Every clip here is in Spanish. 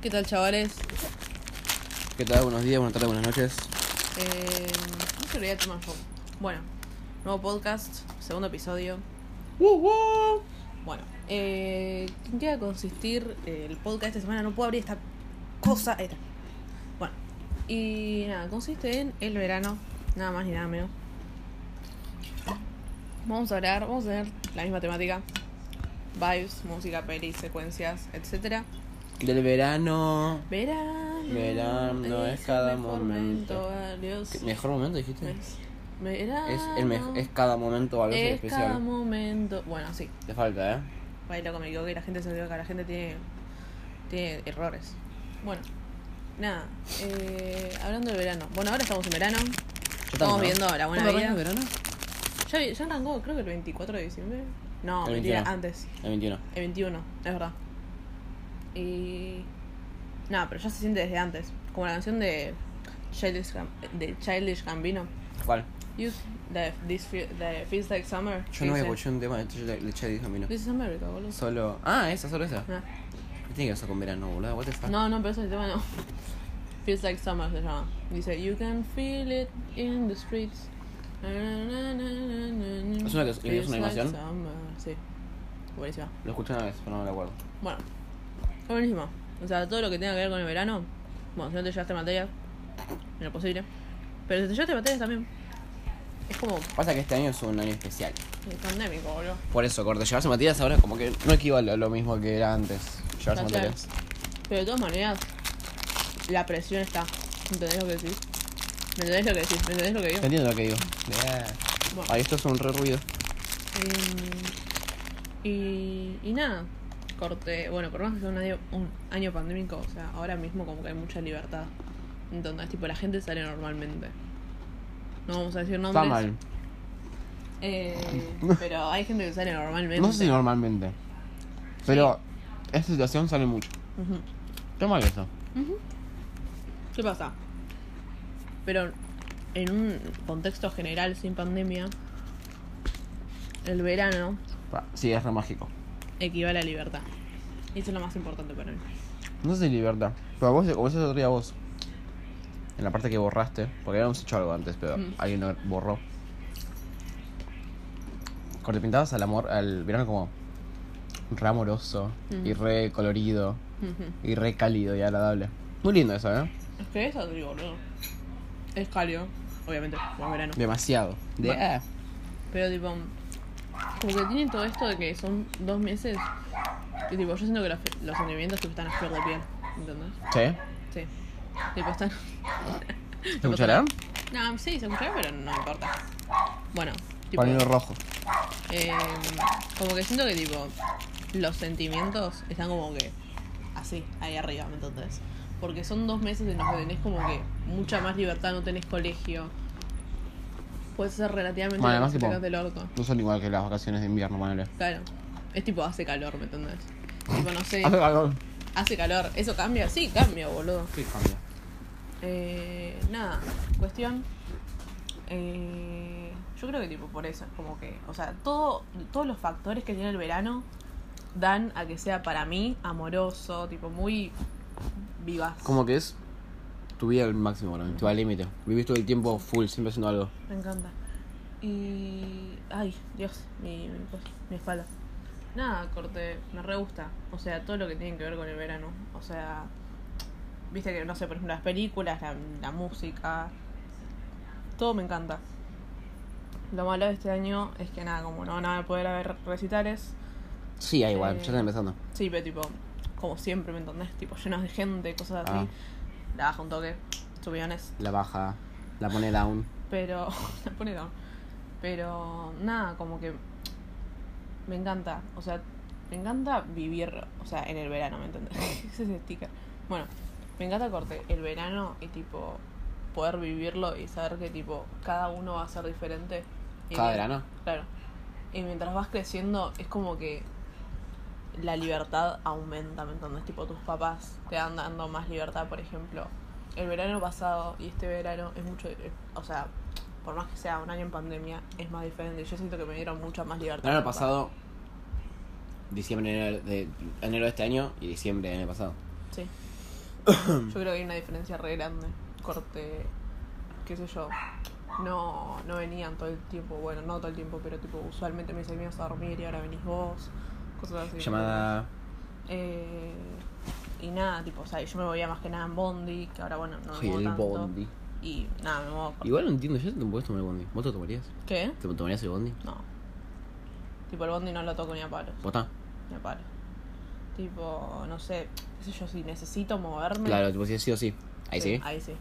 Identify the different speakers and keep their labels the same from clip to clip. Speaker 1: ¿Qué tal, chavales?
Speaker 2: ¿Qué tal? Buenos días, buenas tardes, buenas noches.
Speaker 1: Eh, no se lo voy a tomar yo. Bueno, nuevo podcast, segundo episodio. Bueno, eh, ¿en qué va a consistir el podcast esta semana? No puedo abrir esta cosa. esta. Bueno, y nada, consiste en el verano, nada más ni nada menos. Vamos a hablar, vamos a tener la misma temática. Vibes, música, pelis, secuencias, etcétera.
Speaker 2: Del verano.
Speaker 1: Verano.
Speaker 2: Verano es cada
Speaker 1: el mejor
Speaker 2: momento.
Speaker 1: valioso.
Speaker 2: ¿Qué- ¿Mejor momento dijiste?
Speaker 1: Es verano.
Speaker 2: Es, el mej- es cada momento algo
Speaker 1: pues, Es
Speaker 2: especial.
Speaker 1: cada momento. Bueno, sí.
Speaker 2: Te falta, ¿eh?
Speaker 1: Bailo con mi que la gente se olvida que la gente tiene, tiene errores. Bueno, nada. eh, hablando de verano. Bueno, ahora estamos en verano.
Speaker 2: Ya
Speaker 1: Estamos
Speaker 2: ¿no?
Speaker 1: viendo la buena
Speaker 2: ¿Cuándo
Speaker 1: vida.
Speaker 2: arranca el verano?
Speaker 1: Ya, vi- ya arrancó, creo que el 24 de diciembre. No,
Speaker 2: El
Speaker 1: mentira,
Speaker 2: 21.
Speaker 1: antes.
Speaker 2: El 21.
Speaker 1: El 21, es verdad. Y. Nada, pero ya se siente desde antes. Como la canción de Childish, Gam- de Childish Gambino.
Speaker 2: ¿Cuál?
Speaker 1: You, la de this feel, la de Feels Like Summer.
Speaker 2: Yo
Speaker 1: que
Speaker 2: no voy a
Speaker 1: dice,
Speaker 2: escuchar un tema de Ch- de de Chadis Gambino.
Speaker 1: This is America, boludo.
Speaker 2: Solo. Ah, esa, solo esa.
Speaker 1: Ah.
Speaker 2: ¿Qué tiene que ver eso con verano, boludo? What the fuck?
Speaker 1: No, no, pero ese tema no. Feels Like Summer se llama. Dice, You can feel it in the streets. Na, na, na, na, na, na.
Speaker 2: ¿Es una que- es una
Speaker 1: Feels like
Speaker 2: animación?
Speaker 1: summer. Sí. Buenísima.
Speaker 2: Lo escuché una vez, pero no me lo acuerdo.
Speaker 1: Bueno, está buenísimo. O sea, todo lo que tenga que ver con el verano. Bueno, si no te llevaste materias, en lo posible. Pero si te llevaste materias también. Es como
Speaker 2: Pasa que este año es un año especial.
Speaker 1: eh, pandémico, boludo.
Speaker 2: Por eso, corte, llevarse materias ahora como que no equivale a lo mismo que era antes. Llevarse
Speaker 1: Está claro.
Speaker 2: materias.
Speaker 1: Pero de todas maneras, la presión está. ¿Entendés lo que decís? ¿Me entendés lo que decís? ¿Me entendés lo que digo?
Speaker 2: Te Entiendo lo que digo. Yeah.
Speaker 1: Bueno,
Speaker 2: Ay, esto es un re ruido.
Speaker 1: em, y, y nada, corte. Bueno, por más que sea un año, un año pandémico, o sea, ahora mismo como que hay mucha libertad. Entonces, tipo, la gente sale normalmente. No vamos a decir nombres.
Speaker 2: Está mal.
Speaker 1: eh, pero hay gente que sale normalmente.
Speaker 2: No sé si normalmente. Pero esta situación sale mucho.
Speaker 1: Ujú.
Speaker 2: Está mal eso.
Speaker 1: ¿Qué pasa? Pero en un contexto general sin pandemia, el verano
Speaker 2: Pa- Sí, es re mágico.
Speaker 1: equivale a libertad. Y eso es lo más importante para mí.
Speaker 2: No sé si libertad. Pero vos, como ese otro día vos. En la parte que borraste. Porque habíamos hecho algo antes, pero
Speaker 1: Mm.
Speaker 2: alguien lo borró. Corte pintabas al amor, al verano como re amoroso
Speaker 1: Mm.
Speaker 2: y re colorido
Speaker 1: Ujú.
Speaker 2: y re cálido y agradable. Muy lindo eso, ¿eh?
Speaker 1: Es que eso digo, boludo. Es cálido, obviamente, buen verano.
Speaker 2: Demasiado. De-
Speaker 1: Bueno.
Speaker 2: ah.
Speaker 1: Pero tipo, como que tienen todo esto de que son dos meses. Y tipo, yo siento que los, los sentimientos tipo, están a flor de piel, ¿entendés?
Speaker 2: ¿Sí?
Speaker 1: Sí. Tipo, están.
Speaker 2: ¿Te escucharán?
Speaker 1: No, sí, se escuchará, pero no importa. Bueno, tipo.
Speaker 2: Pañuelo rojo.
Speaker 1: Eh, como que siento que tipo los sentimientos están como que así, ahí arriba, ¿me entendés? Porque son dos meses en los que tenés como que mucha más libertad, no tenés colegio. Puedes ser relativamente
Speaker 2: Bueno,
Speaker 1: lo
Speaker 2: además,
Speaker 1: que te
Speaker 2: tipo-
Speaker 1: sacas del orto.
Speaker 2: No son igual que las vacaciones de invierno, manera.
Speaker 1: Claro. Es tipo hace calor, ¿me entendés? Tipo, no sé,
Speaker 2: Hace calor.
Speaker 1: hace calor. ¿Eso cambia? Sí, cambia, boludo.
Speaker 2: Sí, cambia.
Speaker 1: Eh, nada, cuestión. eh, yo creo que tipo por eso es como que, o sea, todo, todos los factores que tiene el verano dan a que sea para mí amoroso, tipo muy vivaz.
Speaker 2: Como que es tu vida al máximo, bueno, tu al límite. Vivís todo el tiempo full, siempre haciendo algo.
Speaker 1: Me encanta. Y. Ay, Dios, mi, mi, cosa, mi espalda. Nada, corte, me re gusta. O sea, todo lo que tiene que ver con el verano. O sea, viste que, no sé, por ejemplo, las películas, la, la música. Todo me encanta. Lo malo de este año es que nada, como no van a poder haber recitales.
Speaker 2: Sí, ah, igual,
Speaker 1: Eh,
Speaker 2: ya están empezando.
Speaker 1: Sí, pero tipo, como siempre, ¿me entendés? Tipo, llenos de gente, cosas así.
Speaker 2: Ah.
Speaker 1: La baja un toque, subiones.
Speaker 2: La baja, la pone down.
Speaker 1: Pero. la pone down. Pero nada, como que. Me encanta. O sea, me encanta vivir. O sea, en el verano, ¿me entiendes? Ese es el sticker. Bueno, me encanta corte el verano y tipo. Poder vivirlo y saber que tipo. Cada uno va a ser diferente. Y
Speaker 2: Cada
Speaker 1: que-
Speaker 2: verano.
Speaker 1: Claro. Y mientras vas creciendo, es como que. La libertad aumenta, ¿me entiendes? Tipo, tus papás te van dando más libertad, por ejemplo el verano pasado y este verano es mucho. eh, O sea, por más que sea un año en pandemia, es más diferente. Yo siento que me dieron mucha más libertad.
Speaker 2: El año
Speaker 1: papá.
Speaker 2: pasado, diciembre, enero de, enero de este año y diciembre del año pasado.
Speaker 1: Sí. Yo creo que hay una diferencia re grande. Corte, qué sé yo. No, no venían todo el tiempo, bueno, no todo el tiempo, pero tipo, usualmente me dicen, "Venías a dormir y ahora venís vos. Cosas así.
Speaker 2: Llamada.
Speaker 1: Eh, y nada, tipo, o sea, yo me movía más que nada en Bondi, que ahora, bueno, no me
Speaker 2: Ay,
Speaker 1: muevo
Speaker 2: el
Speaker 1: tanto.
Speaker 2: bondi.
Speaker 1: Y nada, me muevo.
Speaker 2: Igual no entiendo, yo no te puedes tomar el bondi. ¿Vos te lo tomarías?
Speaker 1: ¿Qué?
Speaker 2: ¿Te tomarías el bondi?
Speaker 1: No. Tipo, el Bondi no lo toco ni a palos.
Speaker 2: ¿Vota?
Speaker 1: Ni a palos. Tipo, no sé, qué sé yo, si necesito moverme.
Speaker 2: Claro, tipo, si es sí o sí. Ahí sí.
Speaker 1: Ahí sí.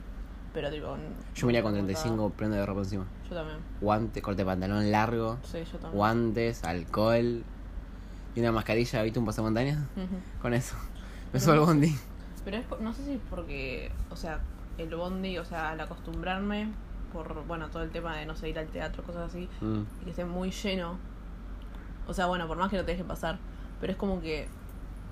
Speaker 1: Pero tipo.
Speaker 2: Yo me iría con 35 prendas de ropa encima.
Speaker 1: Yo también.
Speaker 2: Guante, corte de pantalón largo,
Speaker 1: Sí, yo también.
Speaker 2: guantes, alcohol y una mascarilla. ¿Viste un pasamontañas?
Speaker 1: Ujú.
Speaker 2: Con eso. Me subo al bondi.
Speaker 1: Pero es por- no sé si es porque, o sea, el bondi, o sea, al acostumbrarme por, bueno, todo el tema de no sé, ir al teatro, cosas así,
Speaker 2: Mm.
Speaker 1: y que esté muy lleno. O sea, bueno, por más que no te dejen pasar, pero es como que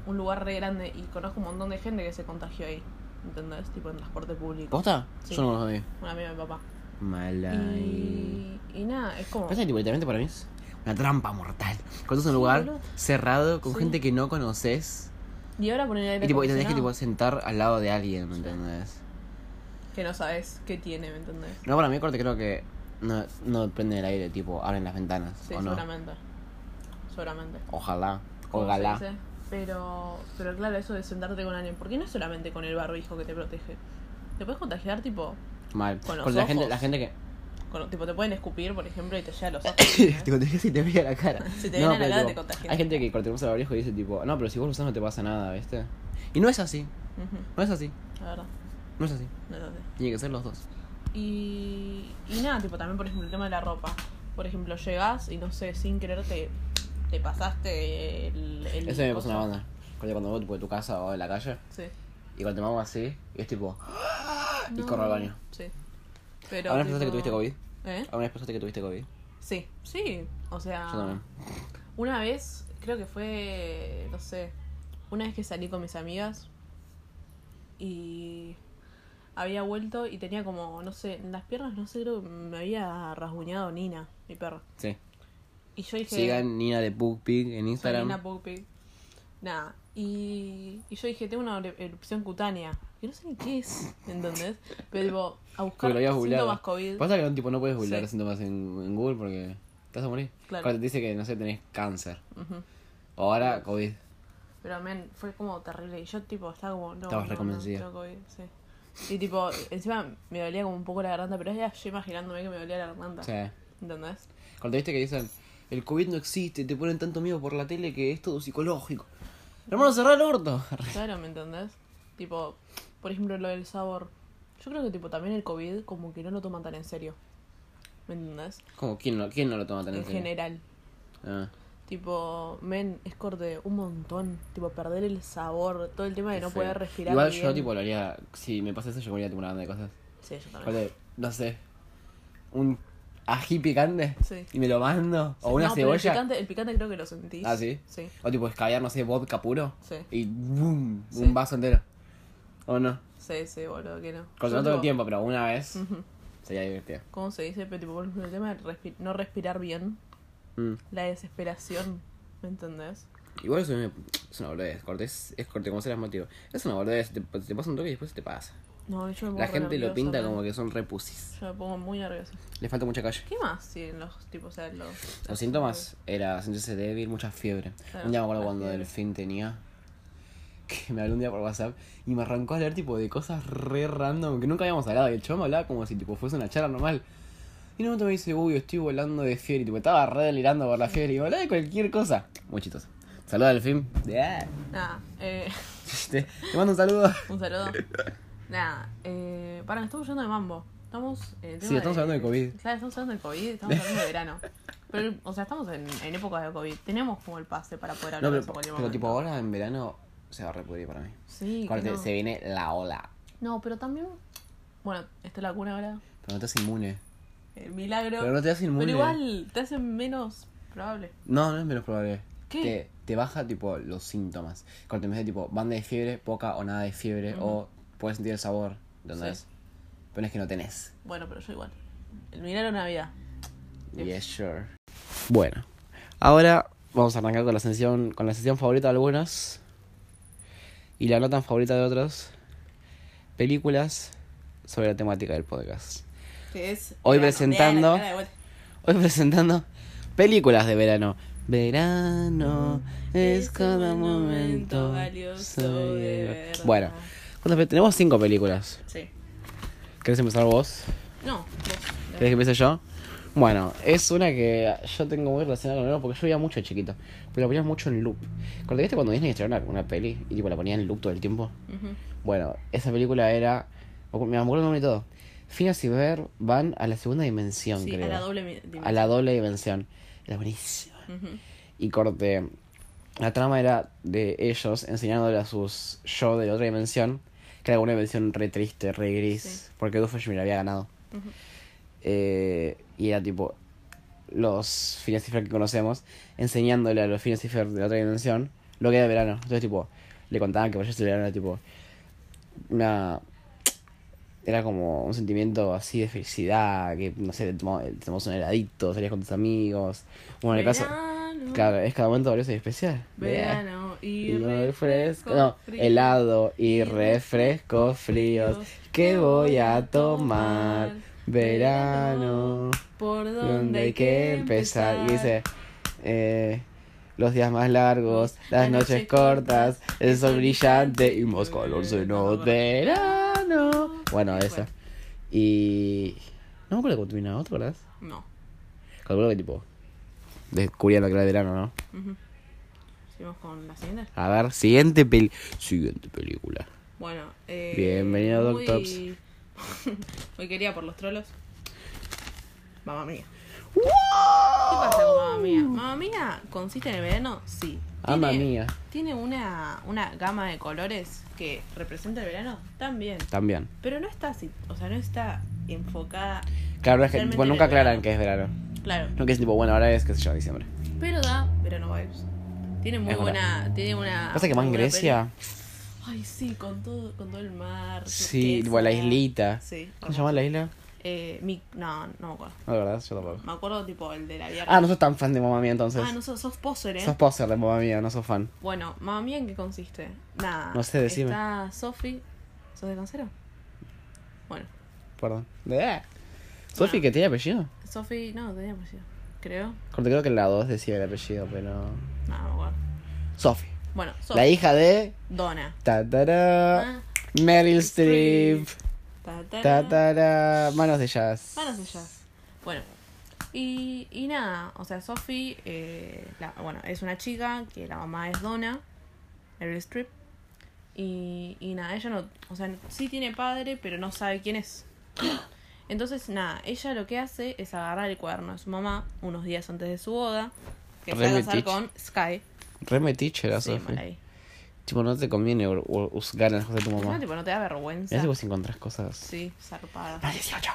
Speaker 1: un lugar re grande y conozco un montón de gente que se contagió ahí, ¿entendés? Tipo en transporte público.
Speaker 2: ¿Posta?
Speaker 1: Sí.
Speaker 2: Yo no conozco a nadie.
Speaker 1: Un amigo de mi papá.
Speaker 2: Mala. y-
Speaker 1: Y, y nada, es como...
Speaker 2: Pasa que, tipo, literalmente para mí es una trampa mortal. Cuando es un
Speaker 1: Sí,
Speaker 2: lugar
Speaker 1: boludo.
Speaker 2: cerrado con
Speaker 1: Sí.
Speaker 2: gente que no conoces
Speaker 1: Y ahora poner aire
Speaker 2: y, tipo, y te tenés que tipo,
Speaker 1: acondicionado,
Speaker 2: sentar al lado de alguien, ¿me entendés?
Speaker 1: que no sabes qué tiene, ¿me entendés?
Speaker 2: No, para mí, corte, creo que no, no prende el aire, tipo, abren las ventanas.
Speaker 1: Sí,
Speaker 2: o no.
Speaker 1: seguramente. Oh, Seguramente.
Speaker 2: Ojalá.
Speaker 1: ¿Cómo se
Speaker 2: Ojalá.
Speaker 1: dice? Pero, pero claro, eso de sentarte con alguien, porque no es solamente con el barbijo que te protege. Te puedes contagiar, tipo,
Speaker 2: Mal.
Speaker 1: Con los
Speaker 2: Con la
Speaker 1: ojos.
Speaker 2: gente, la gente que.
Speaker 1: con- tipo te pueden escupir, por ejemplo, y te llega a los ojos. ¿entendés?
Speaker 2: Te contagias y te veía la cara.
Speaker 1: Si te ven a la
Speaker 2: pero,
Speaker 1: cara,
Speaker 2: tipo,
Speaker 1: te contagias.
Speaker 2: Hay gente que corte usa el barbijo y dice, tipo, "Ah, no, pero si vos lo usás no te pasa nada, ¿viste? Y no es así.
Speaker 1: Ujú,
Speaker 2: No es así.
Speaker 1: La verdad,
Speaker 2: No es así.
Speaker 1: no lo sé.
Speaker 2: Tiene que ser los dos.
Speaker 1: Y, y nada, tipo también, por ejemplo, el tema de la ropa. Por ejemplo, llegás y no sé, sin querer te, te pasaste el. el
Speaker 2: Eso me
Speaker 1: coso.
Speaker 2: pasa una banda. Corte, Cuando voy tipo, de tu casa o de la calle
Speaker 1: Sí.
Speaker 2: y cuando me hago así, y es tipo, Y corro al baño.
Speaker 1: Sí. Pero.
Speaker 2: ¿Alguna vez pensaste
Speaker 1: tipo-
Speaker 2: que tuviste COVID?
Speaker 1: ¿Eh?
Speaker 2: ¿Alguna vez pensaste que tuviste COVID?
Speaker 1: Sí, sí. O sea.
Speaker 2: Yo también.
Speaker 1: Una vez, creo que fue, no sé, una vez que salí con mis amigas y había vuelto y tenía como, no sé, en las piernas, no sé, creo que me había rasguñado Nina, mi perro.
Speaker 2: Sí.
Speaker 1: Y yo dije,
Speaker 2: Sigan Nina de Pug Pig en
Speaker 1: soy
Speaker 2: Instagram.
Speaker 1: Nina Pupi. Nada, y, y yo dije, tengo una ere- erupción cutánea, que no sé ni qué es, ¿entendés? Pero tipo, a buscar
Speaker 2: Porque lo habías googleado.
Speaker 1: síntomas COVID.
Speaker 2: Pasa que no, tipo, no puedes googlear
Speaker 1: Sí.
Speaker 2: síntomas en, en Google porque te vas a morir.
Speaker 1: Claro.
Speaker 2: Cuando te dice que, no sé, tenés cáncer.
Speaker 1: Ujú.
Speaker 2: O ahora COVID.
Speaker 1: Pero men, fue como terrible. Y yo tipo estaba como, no,
Speaker 2: Estabas
Speaker 1: no,
Speaker 2: reconvencida.
Speaker 1: no, tengo COVID, sí. Y tipo, encima me dolía como un poco la garganta, pero era yo imaginándome que me dolía la garganta.
Speaker 2: O sea,
Speaker 1: ¿Entendés?
Speaker 2: cuando viste que dicen, el COVID no existe, te ponen tanto miedo por la tele que es todo psicológico. Hermano, cerrá el orto.
Speaker 1: Claro, ¿me entendés? Tipo, por ejemplo, lo del sabor. Yo creo que tipo también el COVID como que no lo toman tan en serio. ¿Me entendés?
Speaker 2: Como, ¿quién no, quién no lo toma tan
Speaker 1: En
Speaker 2: en serio?
Speaker 1: general.
Speaker 2: Ah,
Speaker 1: Tipo, men, es corte un montón. Tipo, perder el sabor, todo el tema de
Speaker 2: qué
Speaker 1: no
Speaker 2: feo.
Speaker 1: poder respirar.
Speaker 2: Igual yo,
Speaker 1: bien.
Speaker 2: tipo, lo haría. Si me pasa eso, yo comería tipo una banda de cosas.
Speaker 1: Sí, yo también.
Speaker 2: Corte, no sé, un ají picante
Speaker 1: Sí.
Speaker 2: y me lo mando. O
Speaker 1: Sí,
Speaker 2: una
Speaker 1: no, pero
Speaker 2: cebolla.
Speaker 1: El picante, el picante creo que lo sentís.
Speaker 2: Ah, ¿sí?
Speaker 1: Sí.
Speaker 2: O tipo escabear, no sé, vodka puro.
Speaker 1: Sí.
Speaker 2: Y boom,
Speaker 1: Sí.
Speaker 2: un vaso entero. ¿O no?
Speaker 1: Sí, sí, boludo, que no.
Speaker 2: Con
Speaker 1: Yo,
Speaker 2: no todo el
Speaker 1: tipo,
Speaker 2: tiempo, pero una vez
Speaker 1: Ujú.
Speaker 2: sería divertido.
Speaker 1: ¿Cómo se dice? Pero tipo, por ejemplo, el tema de respi- no respirar bien,
Speaker 2: Mm.
Speaker 1: la desesperación, ¿me entendés?
Speaker 2: Igual eso es es una boludez, corte, es, es corte, como sea el motivo. Es una boludez, te, pues, te pasa un toque y después se te pasa.
Speaker 1: No, yo me pongo
Speaker 2: La
Speaker 1: re
Speaker 2: gente lo
Speaker 1: nerviosa,
Speaker 2: pinta
Speaker 1: man.
Speaker 2: como que son repusis.
Speaker 1: Yo me pongo muy nerviosa.
Speaker 2: Le falta mucha calle.
Speaker 1: ¿Qué más tienen los tipos? O sea, los,
Speaker 2: Los síntomas era sentirse débil, mucha fiebre.
Speaker 1: Claro,
Speaker 2: un día me acuerdo
Speaker 1: la
Speaker 2: cuando
Speaker 1: fiebre.
Speaker 2: Delfín tenía. Que me habló un día por WhatsApp y me arrancó a hablar tipo de cosas re random que nunca habíamos hablado. Y el chavo me hablaba como si tipo fuese una charla normal. Y en un momento me dice, uy, estoy volando de fiebre. Y tipo, estaba re delirando por la fiebre. Y me hablaba de cualquier cosa. Muy chistoso. Saluda Delfín. Yeah.
Speaker 1: Nada, eh,
Speaker 2: Te, te mando un saludo.
Speaker 1: un saludo. Nada, eh, para, estamos yendo de mambo. Estamos. eh,
Speaker 2: Sí,
Speaker 1: tema
Speaker 2: estamos hablando de COVID.
Speaker 1: Claro, estamos hablando de COVID, estamos hablando de verano. Pero, o sea, estamos en, en época de COVID. Tenemos como el pase para poder
Speaker 2: No,
Speaker 1: hablar de
Speaker 2: pero,
Speaker 1: eso en cualquier
Speaker 2: pero tipo
Speaker 1: momento.
Speaker 2: ahora en verano se va a repudrir para mí.
Speaker 1: Sí, que
Speaker 2: Corte,
Speaker 1: no.
Speaker 2: se viene la ola.
Speaker 1: No, pero también. Bueno, está la cuna ahora.
Speaker 2: Pero no te hace inmune.
Speaker 1: El milagro.
Speaker 2: Pero no te hace inmune.
Speaker 1: Pero igual te hacen menos probable.
Speaker 2: No, no es menos probable.
Speaker 1: ¿Qué?
Speaker 2: Te, te baja tipo los síntomas. Corte, en vez de tipo banda de fiebre, poca o nada de fiebre, o puedes sentir el sabor. ¿Dónde
Speaker 1: Sí.
Speaker 2: es? Pero es que no tenés.
Speaker 1: Bueno, pero yo igual. El milagro de Navidad. Yes.
Speaker 2: Yes, sure. Bueno, ahora vamos a arrancar con la sesión, con la sesión favorita de algunos y la no tan favorita de otros. películas sobre la temática del podcast.
Speaker 1: Que es.
Speaker 2: Hoy
Speaker 1: verano.
Speaker 2: presentando-
Speaker 1: Vean, vean, de vuelta.
Speaker 2: Hoy presentando películas de verano. Verano es cada momento valioso de ver- Bueno, ¿cuántas pe- tenemos cinco películas.
Speaker 1: Sí.
Speaker 2: ¿Querés empezar vos?
Speaker 1: No, vos.
Speaker 2: ¿Querés que empiece yo? Bueno, es una que yo tengo muy relacionada con el verano porque yo veía mucho de chiquito. Pero la ponía mucho en loop. ¿Acordás viste cuando Disney estrenó una, una peli y tipo la ponía en loop todo el tiempo?
Speaker 1: Ujú.
Speaker 2: Bueno, esa película era. Me acu- me acuerdo el nombre y todo. Phineas y Ver van a la segunda dimensión,
Speaker 1: Sí,
Speaker 2: creo.
Speaker 1: a la doble mi- dimensión.
Speaker 2: A la doble dimensión. Era buenísima.
Speaker 1: Ujú.
Speaker 2: Y corte. La trama era de ellos enseñándole a sus yo de la otra dimensión. Que era una dimensión re triste, re gris.
Speaker 1: Sí.
Speaker 2: Porque Doofenshmirtz había ganado.
Speaker 1: Ujú.
Speaker 2: Eh, y era tipo. Los Phineas y Fer que conocemos. Enseñándole a los Phineas y Fer de la otra dimensión. Lo que era el verano. Entonces, tipo. Le contaban que para ellos el verano era tipo. Una. Era como un sentimiento así de felicidad. Que no sé, te tomo- te tomamos un heladito, salías con tus amigos. Bueno, en el caso.
Speaker 1: Verano,
Speaker 2: Claro, es cada momento valioso y especial.
Speaker 1: Verano y,
Speaker 2: Y refresco.
Speaker 1: refresco.
Speaker 2: No,
Speaker 1: frío.
Speaker 2: helado y refrescos fríos. ¿Qué voy a tomar? Verano.
Speaker 1: ¿Por
Speaker 2: Donde hay que empezar. Y dice. eh, los días más largos, las noches cortas, el sol brillante y más calor seno verano. Bueno,
Speaker 1: Sí,
Speaker 2: esa.
Speaker 1: bueno.
Speaker 2: Y. No me acuerdo cómo terminaba, ¿te acordás?
Speaker 1: No.
Speaker 2: Calculo que tipo. Descubriendo que era el verano, ¿no?
Speaker 1: Ujú. Seguimos con la siguiente.
Speaker 2: A ver, siguiente peli siguiente película.
Speaker 1: Bueno, eh,
Speaker 2: Bienvenido, Doc
Speaker 1: muy...
Speaker 2: Tops.
Speaker 1: muy querida por los trolos. Mamá mía. ¿Qué pasa con Mamá mía? Mamá mía consiste en el verano, sí.
Speaker 2: Mamma
Speaker 1: Tiene-
Speaker 2: Mía.
Speaker 1: Tiene una, una gama de colores que representa el verano también.
Speaker 2: También.
Speaker 1: Pero no está así, o sea, no está enfocada.
Speaker 2: Claro, es que
Speaker 1: Realmente
Speaker 2: tipo,
Speaker 1: en
Speaker 2: nunca
Speaker 1: el verano.
Speaker 2: aclaran que es verano.
Speaker 1: Claro.
Speaker 2: No que es tipo, bueno, ahora es, qué sé yo, diciembre.
Speaker 1: Pero da verano vibes. Tiene muy
Speaker 2: Es verdad.
Speaker 1: buena. Tiene Ah, una.
Speaker 2: Pasa que más en
Speaker 1: muy buena
Speaker 2: Grecia,
Speaker 1: peli. Ay, sí, con todo, con todo el mar.
Speaker 2: sí,
Speaker 1: turquesa.
Speaker 2: tipo la islita.
Speaker 1: Sí.
Speaker 2: ¿Cómo se llama la isla?
Speaker 1: Eh, mi- No, no me acuerdo.
Speaker 2: No, de verdad, yo tampoco.
Speaker 1: Me acuerdo tipo el de la vía.
Speaker 2: Ah, no sos tan fan de Mamma Mía entonces.
Speaker 1: Ah, no sos, sos poser, ¿eh?
Speaker 2: Sos poser de Mamma Mía, no sos fan.
Speaker 1: Bueno, mamá mía, ¿en qué consiste? Nada.
Speaker 2: No sé, decime.
Speaker 1: Está Sofi. ¿Sos de cancero? Bueno,
Speaker 2: Perdón. Eh. Sophie, que tiene apellido.
Speaker 1: Sofi, no, tenía apellido. Creo.
Speaker 2: Corte, creo que en la 2 decía el apellido, pero.
Speaker 1: No, no me acuerdo.
Speaker 2: Sophie.
Speaker 1: Bueno,
Speaker 2: La
Speaker 1: Sofi.
Speaker 2: hija de.
Speaker 1: Donna.
Speaker 2: Tatara.
Speaker 1: Ah,
Speaker 2: Meryl Streep.
Speaker 1: ta, ta, ta.
Speaker 2: Tatara. Manos de jazz.
Speaker 1: Manos de jazz. Bueno. Y, y nada, o sea, Sophie, eh, la- bueno, es una chica que la mamá es Donna, Meryl Streep. Y, y nada, ella no, o sea, sí tiene padre, pero no sabe quién es. Entonces, nada, ella lo que hace es agarrar el cuaderno de su mamá unos días antes de su boda, que se va a casar
Speaker 2: Remetich.
Speaker 1: con Sky.
Speaker 2: Re metiche era
Speaker 1: Sí,
Speaker 2: Sophie.
Speaker 1: mal ahí.
Speaker 2: Tipo, no te conviene u- u- juzgar a las cosas de tu
Speaker 1: No,
Speaker 2: mamá.
Speaker 1: tipo, no te da
Speaker 2: Es
Speaker 1: vergüenza.
Speaker 2: tipo si encontrás cosas.
Speaker 1: Sí, zarpada.
Speaker 2: Más 18.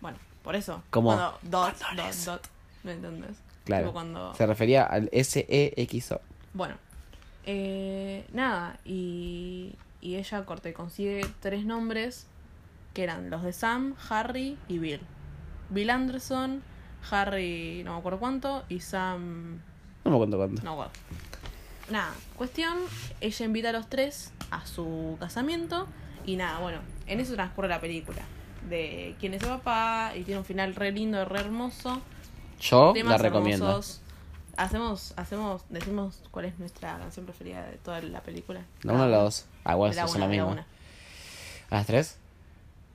Speaker 1: Bueno, por eso.
Speaker 2: Como
Speaker 1: Cuando dot, dot,
Speaker 2: condones.
Speaker 1: dot. ¿Me entendés?
Speaker 2: Claro.
Speaker 1: Tipo cuando...
Speaker 2: Se refería al E S-E-X-O.
Speaker 1: Bueno, eh, nada, y, y ella corte consigue tres nombres que eran los de Sam, Harry y Bill. Bill Anderson, Harry no me acuerdo cuánto y Sam
Speaker 2: No me acuerdo cuánto.
Speaker 1: no me acuerdo. Nada, cuestión, ella invita a los tres a su casamiento y nada, bueno, en eso transcurre la película. De quién es el papá y tiene un final re lindo, re hermoso
Speaker 2: Yo Oh, la
Speaker 1: temas
Speaker 2: recomiendo.
Speaker 1: hermosos. Hacemos, hacemos, decimos cuál es nuestra canción preferida de toda la película.
Speaker 2: La 1 o la 2. Ah, igual
Speaker 1: De la
Speaker 2: son
Speaker 1: una,
Speaker 2: la
Speaker 1: de la
Speaker 2: misma.
Speaker 1: una.
Speaker 2: A las 3.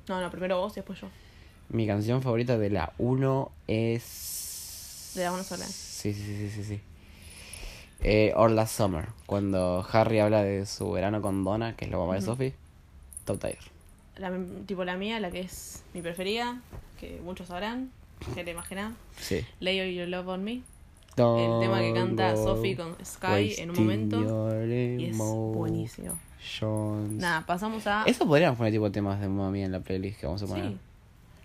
Speaker 1: No, no, primero vos y después yo.
Speaker 2: Mi canción favorita de la 1 es.
Speaker 1: De la una sola.
Speaker 2: Sí, sí, sí, sí. sí, sí. Eh, Or Last Summer. Cuando Harry habla de su verano con Donna, que es la mamá de
Speaker 1: Ujú.
Speaker 2: Sophie. Top tier.
Speaker 1: La, tipo la mía, la que es mi preferida, que muchos sabrán, se le imaginan.
Speaker 2: Sí.
Speaker 1: Lay Your Love on Me. El tema que canta Sophie con Sky en un momento. Y es buenísimo. Nada, pasamos a.
Speaker 2: Eso podríamos poner tipo temas de Mamma Mía en la playlist que vamos a poner.
Speaker 1: Sí.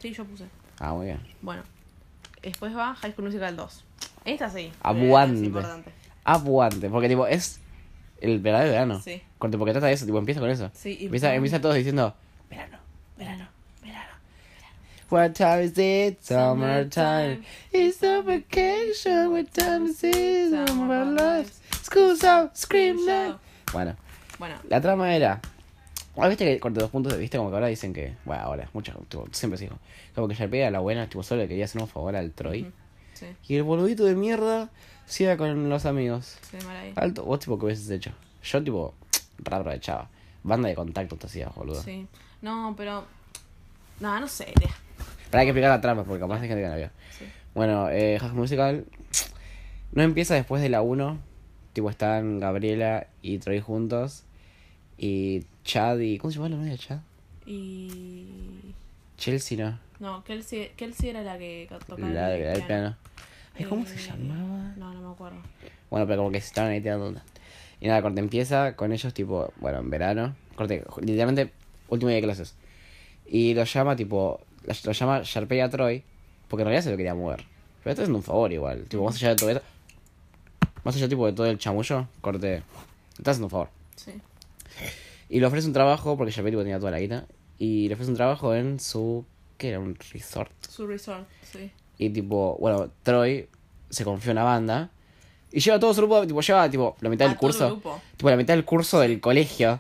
Speaker 1: Sí, yo puse.
Speaker 2: Ah, muy bien.
Speaker 1: Bueno. Después va High School Musical 2. Esta sí.
Speaker 2: Aguante.
Speaker 1: Es importante.
Speaker 2: Aguante, porque tipo es el verano de verano.
Speaker 1: Sí.
Speaker 2: Corte, porque trata de eso, tipo empieza con eso.
Speaker 1: Sí, y-
Speaker 2: empieza, empieza todos diciendo verano.
Speaker 1: Verano, verano.
Speaker 2: What time is it? Summertime.
Speaker 1: Summertime.
Speaker 2: It's a vacation. What time is it? Summer of our
Speaker 1: Summer
Speaker 2: lives.
Speaker 1: lives.
Speaker 2: School's out. Scream
Speaker 1: School's
Speaker 2: night.
Speaker 1: out.
Speaker 2: Bueno,
Speaker 1: Bueno,
Speaker 2: la trama era Ahora viste que corté dos puntos de vista, como que ahora dicen que. Bueno, ahora, muchas, tipo, siempre se dijo. Como que Sharpay a la buena, tipo, solo le quería hacer un favor al Troy.
Speaker 1: Ujú. Sí,
Speaker 2: Y el boludito de mierda siga con los amigos.
Speaker 1: sí, mal ahí.
Speaker 2: Alto, vos, tipo, ¿qué hubieses hecho? Yo, tipo, re aprovechaba. Banda de contacto te hacías, boludo.
Speaker 1: Sí. No, pero. No, no sé. deja.
Speaker 2: Pero hay que explicar la trama, porque capaz hay gente que no la vio.
Speaker 1: Sí.
Speaker 2: Bueno, eh, High School Musical no empieza después de la 1. Tipo, están Gabriela y Troy juntos. Y Chad y. ¿Cómo se llama la novia de Chad?
Speaker 1: Y.
Speaker 2: Chelsea, no.
Speaker 1: No, Kelsey, Kelsey era la que ca- tocaba
Speaker 2: la de
Speaker 1: el
Speaker 2: la del piano. Ay, ¿cómo
Speaker 1: Eh,
Speaker 2: se llamaba?
Speaker 1: No, no me acuerdo.
Speaker 2: Bueno, pero como que se estaban ahí tirando onda. Y nada, corte empieza con ellos, tipo, bueno, en verano. Corte, literalmente, último día de clases. Y lo llama, tipo, lo llama Sharpay a Troy, porque en realidad se lo quería mover. Pero está haciendo un favor igual, tipo, más allá de todo esto. Más allá, tipo, de todo el chamullo, corte, le está haciendo un favor.
Speaker 1: Sí.
Speaker 2: Y le ofrece un trabajo, porque Sharpay, tipo, tenía toda la guita. Y le ofrece un trabajo en su. ¿Qué era? Un resort.
Speaker 1: Su resort, sí.
Speaker 2: Y tipo, bueno, Troy se confió en la banda. Y lleva todo su grupo, tipo, lleva tipo la mitad
Speaker 1: A
Speaker 2: del
Speaker 1: Ah, todo el
Speaker 2: curso.
Speaker 1: grupo.
Speaker 2: Tipo, la mitad del curso del colegio.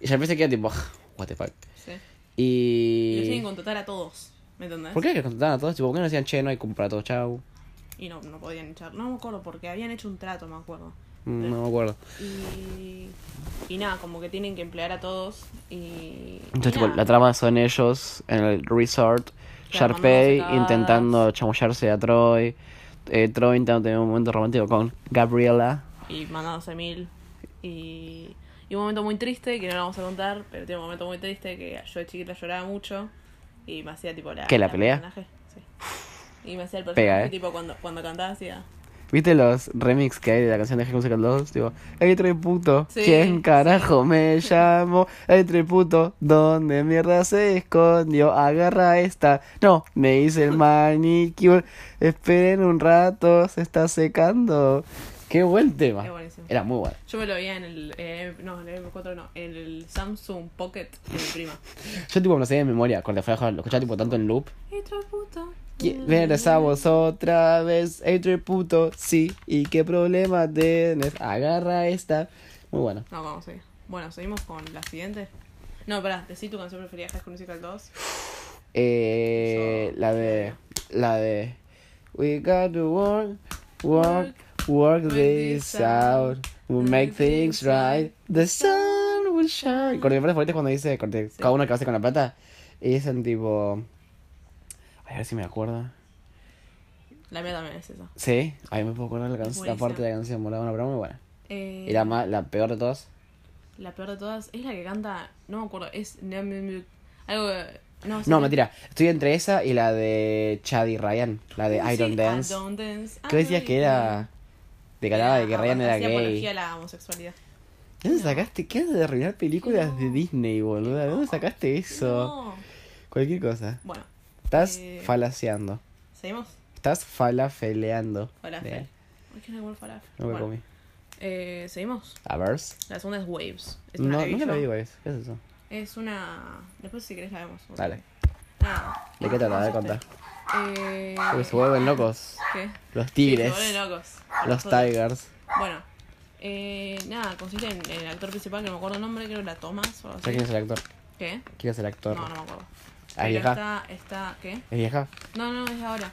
Speaker 2: Y ya empecé que queda tipo, "Ah, what the fuck.
Speaker 1: sí. Y deciden
Speaker 2: Y.
Speaker 1: contratar a todos. ¿Me entendés?
Speaker 2: ¿Por qué que contrataban a todos? Tipo, ¿por qué no decían che, no hay cupo para todos, chau?
Speaker 1: Y no, no podían echar. No me acuerdo porque habían hecho un trato, me acuerdo.
Speaker 2: Mm, No me acuerdo.
Speaker 1: Y. Y nada, como que tienen que emplear a todos. Y.
Speaker 2: Entonces,
Speaker 1: y
Speaker 2: tipo,
Speaker 1: nada.
Speaker 2: la trama son ellos en el resort.
Speaker 1: Claro, mandándose
Speaker 2: Sharpay
Speaker 1: cagadas.
Speaker 2: intentando chamullarse a Troy. eh, Troy intentando tener un momento romántico con Gabriela.
Speaker 1: y mandándose mil. Y, y un momento muy triste, que no lo vamos a contar, pero tiene un momento muy triste que yo de chiquita lloraba mucho y me hacía tipo la...
Speaker 2: ¿Qué, la pelea?
Speaker 1: personaje, sí. Y me hacía el personaje,
Speaker 2: Pega, eh.
Speaker 1: tipo cuando, cuando cantaba hacía...
Speaker 2: ¿Viste los remix que hay de la canción de High School Musical 2? Tipo, hay tres puto,
Speaker 1: Sí,
Speaker 2: ¿quién carajo me llamo? Hay tres puto, ¿dónde mierda se escondió? Agarra esta, no, me hice el manicure, esperen un rato, se está secando. Qué buen tema.
Speaker 1: Es buenísimo.
Speaker 2: Era muy bueno.
Speaker 1: Yo me lo veía en el... eh, no, en el M4 no, en el Samsung Pocket de mi prima.
Speaker 2: Yo tipo me lo sé de memoria, cuando fue a jugar, lo escuchaba tipo tanto en loop.
Speaker 1: Esto es puto.
Speaker 2: ¿Qui- Regresamos otra vez, hay tres puto, sí, ¿y qué problema tenés? Agarra esta. Muy bueno.
Speaker 1: No, vamos a seguir. Bueno, seguimos con la siguiente. No, pará, decí tu canción preferida de High School Musical 2.
Speaker 2: Eh,
Speaker 1: Eso.
Speaker 2: la de. La de. We got to work, work, work this out. We'll make things right. The sun will shine. Corte, mi parte favorita es cuando dice. Corte, cada uno que hace con la plata. Y dicen tipo. ay, A ver si me acuerdo.
Speaker 1: La mía también es esa.
Speaker 2: Sí, ahí me puedo acordar la, can- la
Speaker 1: Buenísima.
Speaker 2: parte de la canción morada, una broma muy buena.
Speaker 1: Eh,
Speaker 2: Y la, ma- la peor de todas.
Speaker 1: La peor de todas es la que canta, no me acuerdo, es Nemu- algo que- no,
Speaker 2: No,
Speaker 1: sí.
Speaker 2: mentira. Estoy entre esa y la de Chad y Ryan. La de
Speaker 1: Sí,
Speaker 2: I Don't
Speaker 1: I
Speaker 2: Dance.
Speaker 1: Don't Dance, I
Speaker 2: ¿Qué decías
Speaker 1: Don't
Speaker 2: que era? De que hablaba de que Ryan era
Speaker 1: Ah, hacía apología a
Speaker 2: gay.
Speaker 1: la homosexualidad.
Speaker 2: ¿De dónde sacaste? ¿Qué haces de arruinar películas de Disney, boluda? ¿De dónde sacaste eso?
Speaker 1: No.
Speaker 2: Cualquier cosa.
Speaker 1: Bueno,
Speaker 2: Estás
Speaker 1: Eh.
Speaker 2: falaseando.
Speaker 1: seguimos.
Speaker 2: Estás falafeleando.
Speaker 1: Falafel.
Speaker 2: Bien,
Speaker 1: Ay, que no como el falafel.
Speaker 2: Nunca
Speaker 1: Bueno,
Speaker 2: comí.
Speaker 1: eh, seguimos.
Speaker 2: A ver.
Speaker 1: La segunda es Waves. Es una
Speaker 2: No,
Speaker 1: que vi
Speaker 2: nunca lo
Speaker 1: yo.
Speaker 2: digo eso. ¿Qué es eso?
Speaker 1: Es una. Después, si querés, la vemos. Ok.
Speaker 2: Dale.
Speaker 1: Nada.
Speaker 2: ¿De qué trata? A ver, contá.
Speaker 1: Eh.
Speaker 2: Porque se vuelven locos.
Speaker 1: ¿Qué?
Speaker 2: Los
Speaker 1: Se
Speaker 2: tigres.
Speaker 1: vuelven locos.
Speaker 2: Los
Speaker 1: Nosotros.
Speaker 2: tigers.
Speaker 1: Bueno, eh, nada, consiste en el actor principal, que no me acuerdo el nombre, creo que era Thomas o algo
Speaker 2: ¿Sabes
Speaker 1: así.
Speaker 2: quién es el actor?
Speaker 1: ¿Qué?
Speaker 2: ¿Quién es el
Speaker 1: No,
Speaker 2: actor?
Speaker 1: no me acuerdo.
Speaker 2: Ah,
Speaker 1: Pero
Speaker 2: vieja.
Speaker 1: está, está, ¿qué?
Speaker 2: ¿Es vieja?
Speaker 1: No, no, es ahora.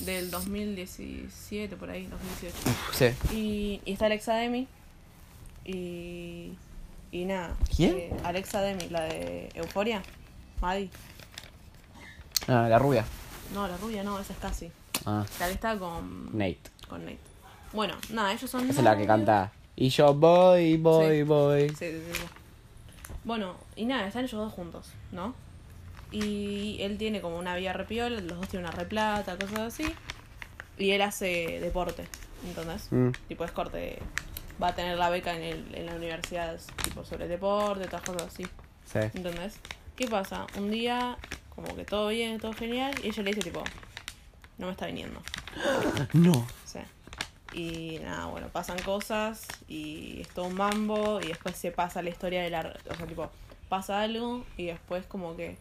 Speaker 1: Del 2017, por ahí, 2018.
Speaker 2: Sí.
Speaker 1: Y, y está Alexa Demi. Y. Y nada.
Speaker 2: ¿Quién?
Speaker 1: eh, Alexa Demi, la de Euforia. Maddie.
Speaker 2: Ah, la rubia.
Speaker 1: No, la rubia no, esa es casi.
Speaker 2: Ah,
Speaker 1: La que está con.
Speaker 2: Nate.
Speaker 1: Con Nate. Bueno, nada, ellos son.
Speaker 2: Esa es la que
Speaker 1: novios.
Speaker 2: canta. Y yo voy, voy,
Speaker 1: Ah. Sí.
Speaker 2: voy.
Speaker 1: Sí, sí, sí, sí. Bueno, y nada, están ellos dos juntos, ¿no? Y él tiene como una vía repiola, los dos tienen una replata, cosas así. Y él hace deporte, ¿entendés?
Speaker 2: Mm.
Speaker 1: Tipo, es corte. Va a tener la beca en, el, en la universidad, tipo, sobre deporte, otras cosas así.
Speaker 2: Sí.
Speaker 1: ¿Entendés? ¿Qué pasa? Un día, como que todo bien, todo genial, y ella le dice, tipo, no me está viniendo.
Speaker 2: No.
Speaker 1: Sí. Y nada, bueno, pasan cosas y es todo un mambo y después se pasa la historia de la... O sea, tipo, pasa algo y después como que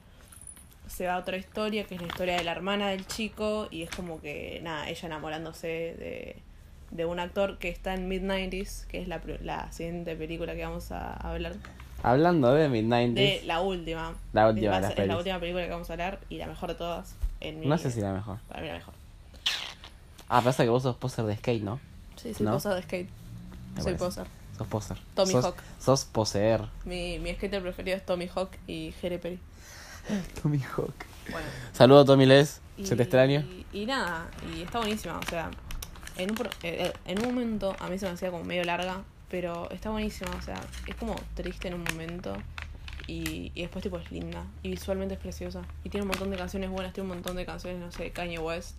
Speaker 1: se va a otra historia que es la historia de la hermana del chico y es como que, nada, ella enamorándose de, de un actor que está en mid-90s, que es la, pr- la siguiente película que vamos a hablar.
Speaker 2: Hablando de Midnight.
Speaker 1: De la última.
Speaker 2: La última
Speaker 1: Va a
Speaker 2: de las
Speaker 1: ser- es la
Speaker 2: pelis.
Speaker 1: última película que vamos a hablar y la mejor de todas. En mi
Speaker 2: No sé
Speaker 1: vida.
Speaker 2: si la mejor.
Speaker 1: Para mí la mejor.
Speaker 2: Ah, pasa que vos sos poser de skate, ¿no?
Speaker 1: Sí, soy
Speaker 2: ¿No?
Speaker 1: poser de skate.
Speaker 2: Me
Speaker 1: soy
Speaker 2: parece.
Speaker 1: poser.
Speaker 2: Sos poser.
Speaker 1: Tommy
Speaker 2: sos,
Speaker 1: Hawk.
Speaker 2: Sos poseer.
Speaker 1: Mi, mi skater preferido es Tommy Hawk y Jere Peri.
Speaker 2: Tommy Hawk.
Speaker 1: Bueno.
Speaker 2: Saludos, Tommy Les.
Speaker 1: y-
Speaker 2: Se te extraña.
Speaker 1: Y, y nada, y está buenísima. O sea, en un, pro- eh, eh, en un momento a mí se me hacía como medio larga, pero está buenísima. O sea, es como triste en un momento y, y después tipo es linda. Y visualmente es preciosa. Y tiene un montón de canciones buenas, tiene un montón de canciones, no sé, de Kanye West,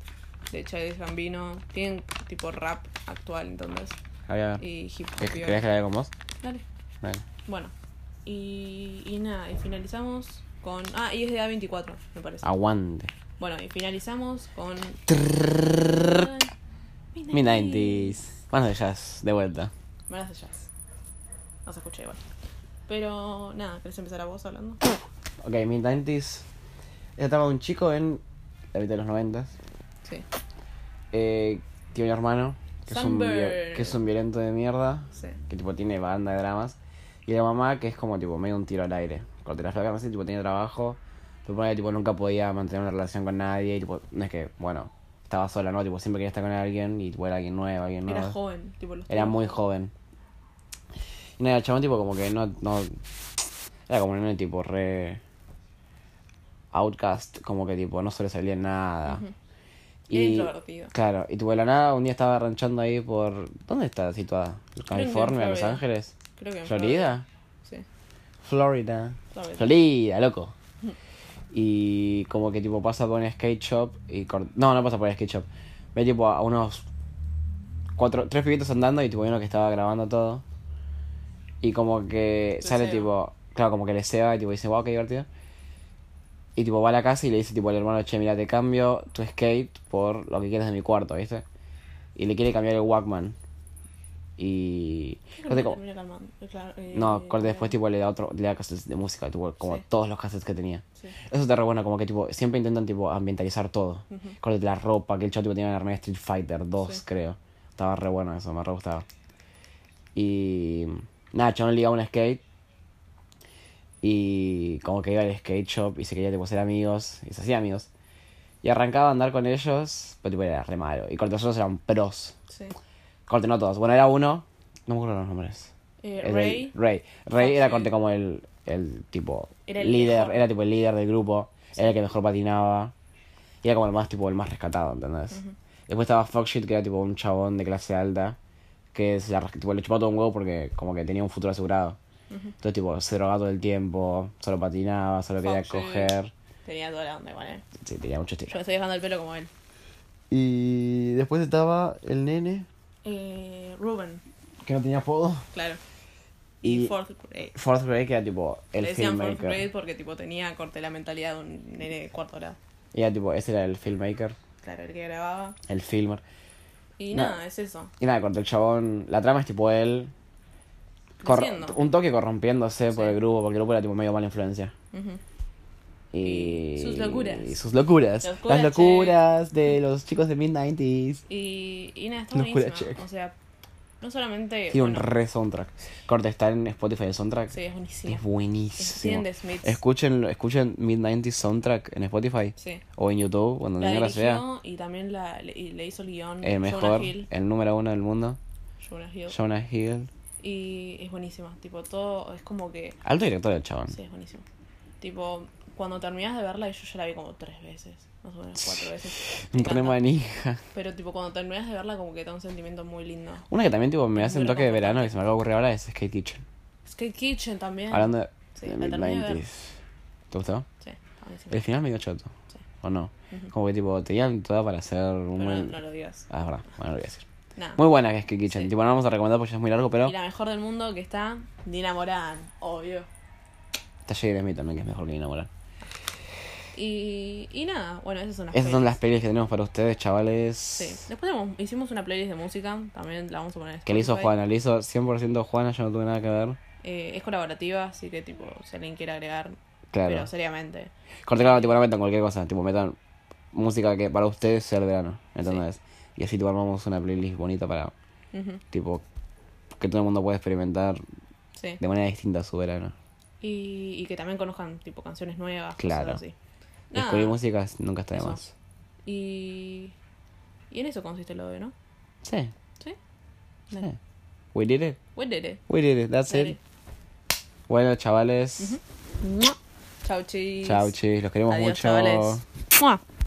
Speaker 1: de Childish Gambino. Tienen tipo rap actual, entonces.
Speaker 2: A ver, a ver.
Speaker 1: Y hip hop.
Speaker 2: Ah. ¿Querés
Speaker 1: y
Speaker 2: querés que la vea con vos?
Speaker 1: Dale.
Speaker 2: Bueno.
Speaker 1: Bueno, y, y nada, y finalizamos con. Ah, y es de A24, me
Speaker 2: Ah,
Speaker 1: parece.
Speaker 2: Aguante.
Speaker 1: Bueno, y finalizamos con.
Speaker 2: Mi 90s. Manos de jazz, de vuelta.
Speaker 1: Manos de jazz. No se escucha igual. Pero nada, ¿querés empezar a vos hablando?
Speaker 2: Ok, mid 90s. Estaba un chico en la mitad de los 90s.
Speaker 1: Sí.
Speaker 2: Eh, tiene un hermano que es un,
Speaker 1: Sunburn.
Speaker 2: viol- que es un violento de mierda.
Speaker 1: Sí.
Speaker 2: Que tipo tiene banda de dramas. Y la mamá que es como tipo medio un tiro al aire. Cuando te la flaca no sé, tipo tenía trabajo. Tipo, ponele, tipo nunca podía mantener una relación con nadie. Y tipo, no es que, bueno, estaba sola, ¿no? Tipo, siempre quería estar con alguien y tipo era alguien nuevo, alguien nuevo.
Speaker 1: Era joven, tipo los
Speaker 2: Era muy joven. Y nada, el chabón tipo como que no, no... Era como un nene tipo re... Outcast, como que tipo no sobresalía en nada.
Speaker 1: Y era introvertido.
Speaker 2: Claro, y tipo de la nada un día estaba ranchando ahí por... ¿Dónde está situada? ¿California?
Speaker 1: en
Speaker 2: ¿Los
Speaker 1: Florida.
Speaker 2: Ángeles?
Speaker 1: Creo que en
Speaker 2: ¿Florida?
Speaker 1: Sí.
Speaker 2: Florida.
Speaker 1: Florida.
Speaker 2: Florida, loco. Y como que tipo pasa por un skate shop y cor- No, no pasa por el skate shop. Ve tipo a unos cuatro, tres pibitos andando y tipo hay uno que estaba grabando todo. Y como que
Speaker 1: Le
Speaker 2: sale
Speaker 1: ceba.
Speaker 2: tipo, claro, como que le ceba y tipo dice, wow, qué divertido. Y tipo va a la casa y le dice tipo al hermano, che, mira, te cambio tu skate por lo que quieras de mi cuarto, ¿viste? Y le quiere cambiar el Walkman. Y...
Speaker 1: Creo que
Speaker 2: no sé
Speaker 1: me
Speaker 2: cómo-
Speaker 1: termina calmando, claro, eh,
Speaker 2: no, corte después
Speaker 1: claro.
Speaker 2: tipo le da otro, le da cassettes de música, tipo, como
Speaker 1: Sí.
Speaker 2: todos los cassettes que tenía.
Speaker 1: Sí.
Speaker 2: Eso está re bueno, como que tipo, siempre intentan tipo ambientalizar todo. Corte la ropa, que el chavo tipo, tenía una arma de Street Fighter 2,
Speaker 1: Sí.
Speaker 2: creo. Estaba re bueno eso, me re gustaba. Y nada, el chabón le iba a un skate. Y como que iba al skate shop y se quería tipo ser amigos. Y se hacía amigos. Y arrancaba a andar con ellos, pero tipo era re malo. Y corte, los otros eran pros.
Speaker 1: Sí.
Speaker 2: Corte, no todos. Bueno, era uno. No me acuerdo los nombres.
Speaker 1: Eh,
Speaker 2: El
Speaker 1: Ray.
Speaker 2: Rey. Rey. Rey era
Speaker 1: Foxy.
Speaker 2: corte como el, el tipo
Speaker 1: Era el
Speaker 2: líder,
Speaker 1: mejor.
Speaker 2: era tipo el líder del grupo, era el que mejor patinaba, y era como el más tipo el más rescatado, ¿entendés? Después estaba Foxshit, que era tipo un chabón de clase alta, que se la, ras- tipo, le chupaba todo un huevo porque como que tenía un futuro asegurado. Entonces tipo se drogaba todo el tiempo, solo patinaba, solo quería
Speaker 1: Foxy.
Speaker 2: coger.
Speaker 1: Tenía toda la onda igual, eh.
Speaker 2: Sí, tenía mucho estilo.
Speaker 1: Yo me estoy dejando el pelo como él.
Speaker 2: Y después estaba el nene,
Speaker 1: Eh, Ruben,
Speaker 2: que no tenía apodo.
Speaker 1: claro.
Speaker 2: Y
Speaker 1: Fourth grade.
Speaker 2: Fourth Grade, que era tipo el
Speaker 1: eh, Le decían fourth
Speaker 2: filmmaker.
Speaker 1: grade porque tipo tenía corte la mentalidad de un nene de cuarto grado.
Speaker 2: Y era tipo, ese era el filmmaker.
Speaker 1: Claro, el que grababa.
Speaker 2: el filmer.
Speaker 1: Y
Speaker 2: No.
Speaker 1: nada, es eso.
Speaker 2: Y nada, cuando el chabón, la trama es tipo él, corro-
Speaker 1: Creciendo.
Speaker 2: un toque corrompiéndose por
Speaker 1: Sí.
Speaker 2: el grupo, porque el grupo era tipo medio mala influencia.
Speaker 1: Ujú.
Speaker 2: Y
Speaker 1: Sus locuras.
Speaker 2: y sus locuras.
Speaker 1: Locuras,
Speaker 2: Las locuras de los chicos de mid-90s.
Speaker 1: Y, y nada, está
Speaker 2: Locura,
Speaker 1: buenísima.
Speaker 2: che.
Speaker 1: O sea, no solamente.
Speaker 2: Tiene un
Speaker 1: bueno,
Speaker 2: re soundtrack. Corte, está en Spotify el soundtrack.
Speaker 1: Sí, es buenísima.
Speaker 2: Es buenísimo.
Speaker 1: Steven Smith.
Speaker 2: Escuchen, escuchen mid-90s soundtrack en Spotify
Speaker 1: Sí.
Speaker 2: o en YouTube, cuando
Speaker 1: La
Speaker 2: la la sea.
Speaker 1: dirigió y también la, le, y le hizo el guión. Jonah
Speaker 2: El mejor, Eh,
Speaker 1: Hill.
Speaker 2: el número uno del mundo.
Speaker 1: Jonah Hill.
Speaker 2: Jonah Hill.
Speaker 1: Y es buenísima. Tipo, todo es como que.
Speaker 2: Alto director el chabón.
Speaker 1: Sí, es buenísimo. Tipo, cuando terminas de verla, y yo ya la vi como tres veces. Más o menos cuatro veces. Me
Speaker 2: Un re
Speaker 1: encanta.
Speaker 2: manija.
Speaker 1: Pero tipo, cuando terminas de verla, como que te da un sentimiento muy lindo.
Speaker 2: Una que también tipo me hace un
Speaker 1: Dura
Speaker 2: toque de
Speaker 1: poco.
Speaker 2: verano que se me acaba de ocurrir ahora es Skate Kitchen.
Speaker 1: Skate Kitchen también.
Speaker 2: Hablando de,
Speaker 1: Ah, Sí,
Speaker 2: de
Speaker 1: la terminé de ver.
Speaker 2: mid-90s. ¿Te gustó?
Speaker 1: Sí, está buenísimo.
Speaker 2: El final medio choto.
Speaker 1: Sí.
Speaker 2: ¿O no? Como que tipo, tenían toda para hacer
Speaker 1: Pero
Speaker 2: un
Speaker 1: no,
Speaker 2: buen.
Speaker 1: no lo digas.
Speaker 2: Ah, es verdad. Bueno, lo voy a decir.
Speaker 1: Nada.
Speaker 2: Muy buena que es Skate Kitchen.
Speaker 1: Sí.
Speaker 2: Tipo, no vamos a recomendar porque ya es muy largo, pero
Speaker 1: Y la mejor del mundo que está Dina Morán, obvio.
Speaker 2: está Jagger Smith también, que es mejor que enamorar.
Speaker 1: Y, y nada, bueno, esas son las
Speaker 2: Esas son
Speaker 1: pelis.
Speaker 2: las pelis que tenemos para ustedes, chavales.
Speaker 1: Sí. Después hemos- hicimos una playlist de música, también la vamos a poner en
Speaker 2: Que le hizo
Speaker 1: Spotify.
Speaker 2: Juana, le hizo 100% Juana, yo no tuve nada que ver.
Speaker 1: Eh, es colaborativa, así que tipo, si alguien quiere agregar,
Speaker 2: Claro.
Speaker 1: pero seriamente.
Speaker 2: Corte claro, tipo, no metan cualquier cosa, tipo, metan música que para ustedes sea el verano, ¿entendés? Y así tipo armamos una playlist bonita para
Speaker 1: Ujú,
Speaker 2: tipo que todo el mundo puede experimentar
Speaker 1: Sí.
Speaker 2: de manera distinta su verano.
Speaker 1: Y, y que también conozcan tipo canciones nuevas,
Speaker 2: Claro.
Speaker 1: cosas así. Nada,
Speaker 2: Descubrir música nunca está de
Speaker 1: Ah. Eso.
Speaker 2: más.
Speaker 1: y, y en eso consiste lo de, ¿no?
Speaker 2: Sí,
Speaker 1: ¿Sí?
Speaker 2: sí.
Speaker 1: Dale.
Speaker 2: We did it.
Speaker 1: Buen dere.
Speaker 2: We did it. That's
Speaker 1: Dale.
Speaker 2: it. Bueno, chavales.
Speaker 1: Mua. Chau, chis.
Speaker 2: Chau, chis. Los queremos
Speaker 1: Adiós,
Speaker 2: mucho.
Speaker 1: chavales. Mua.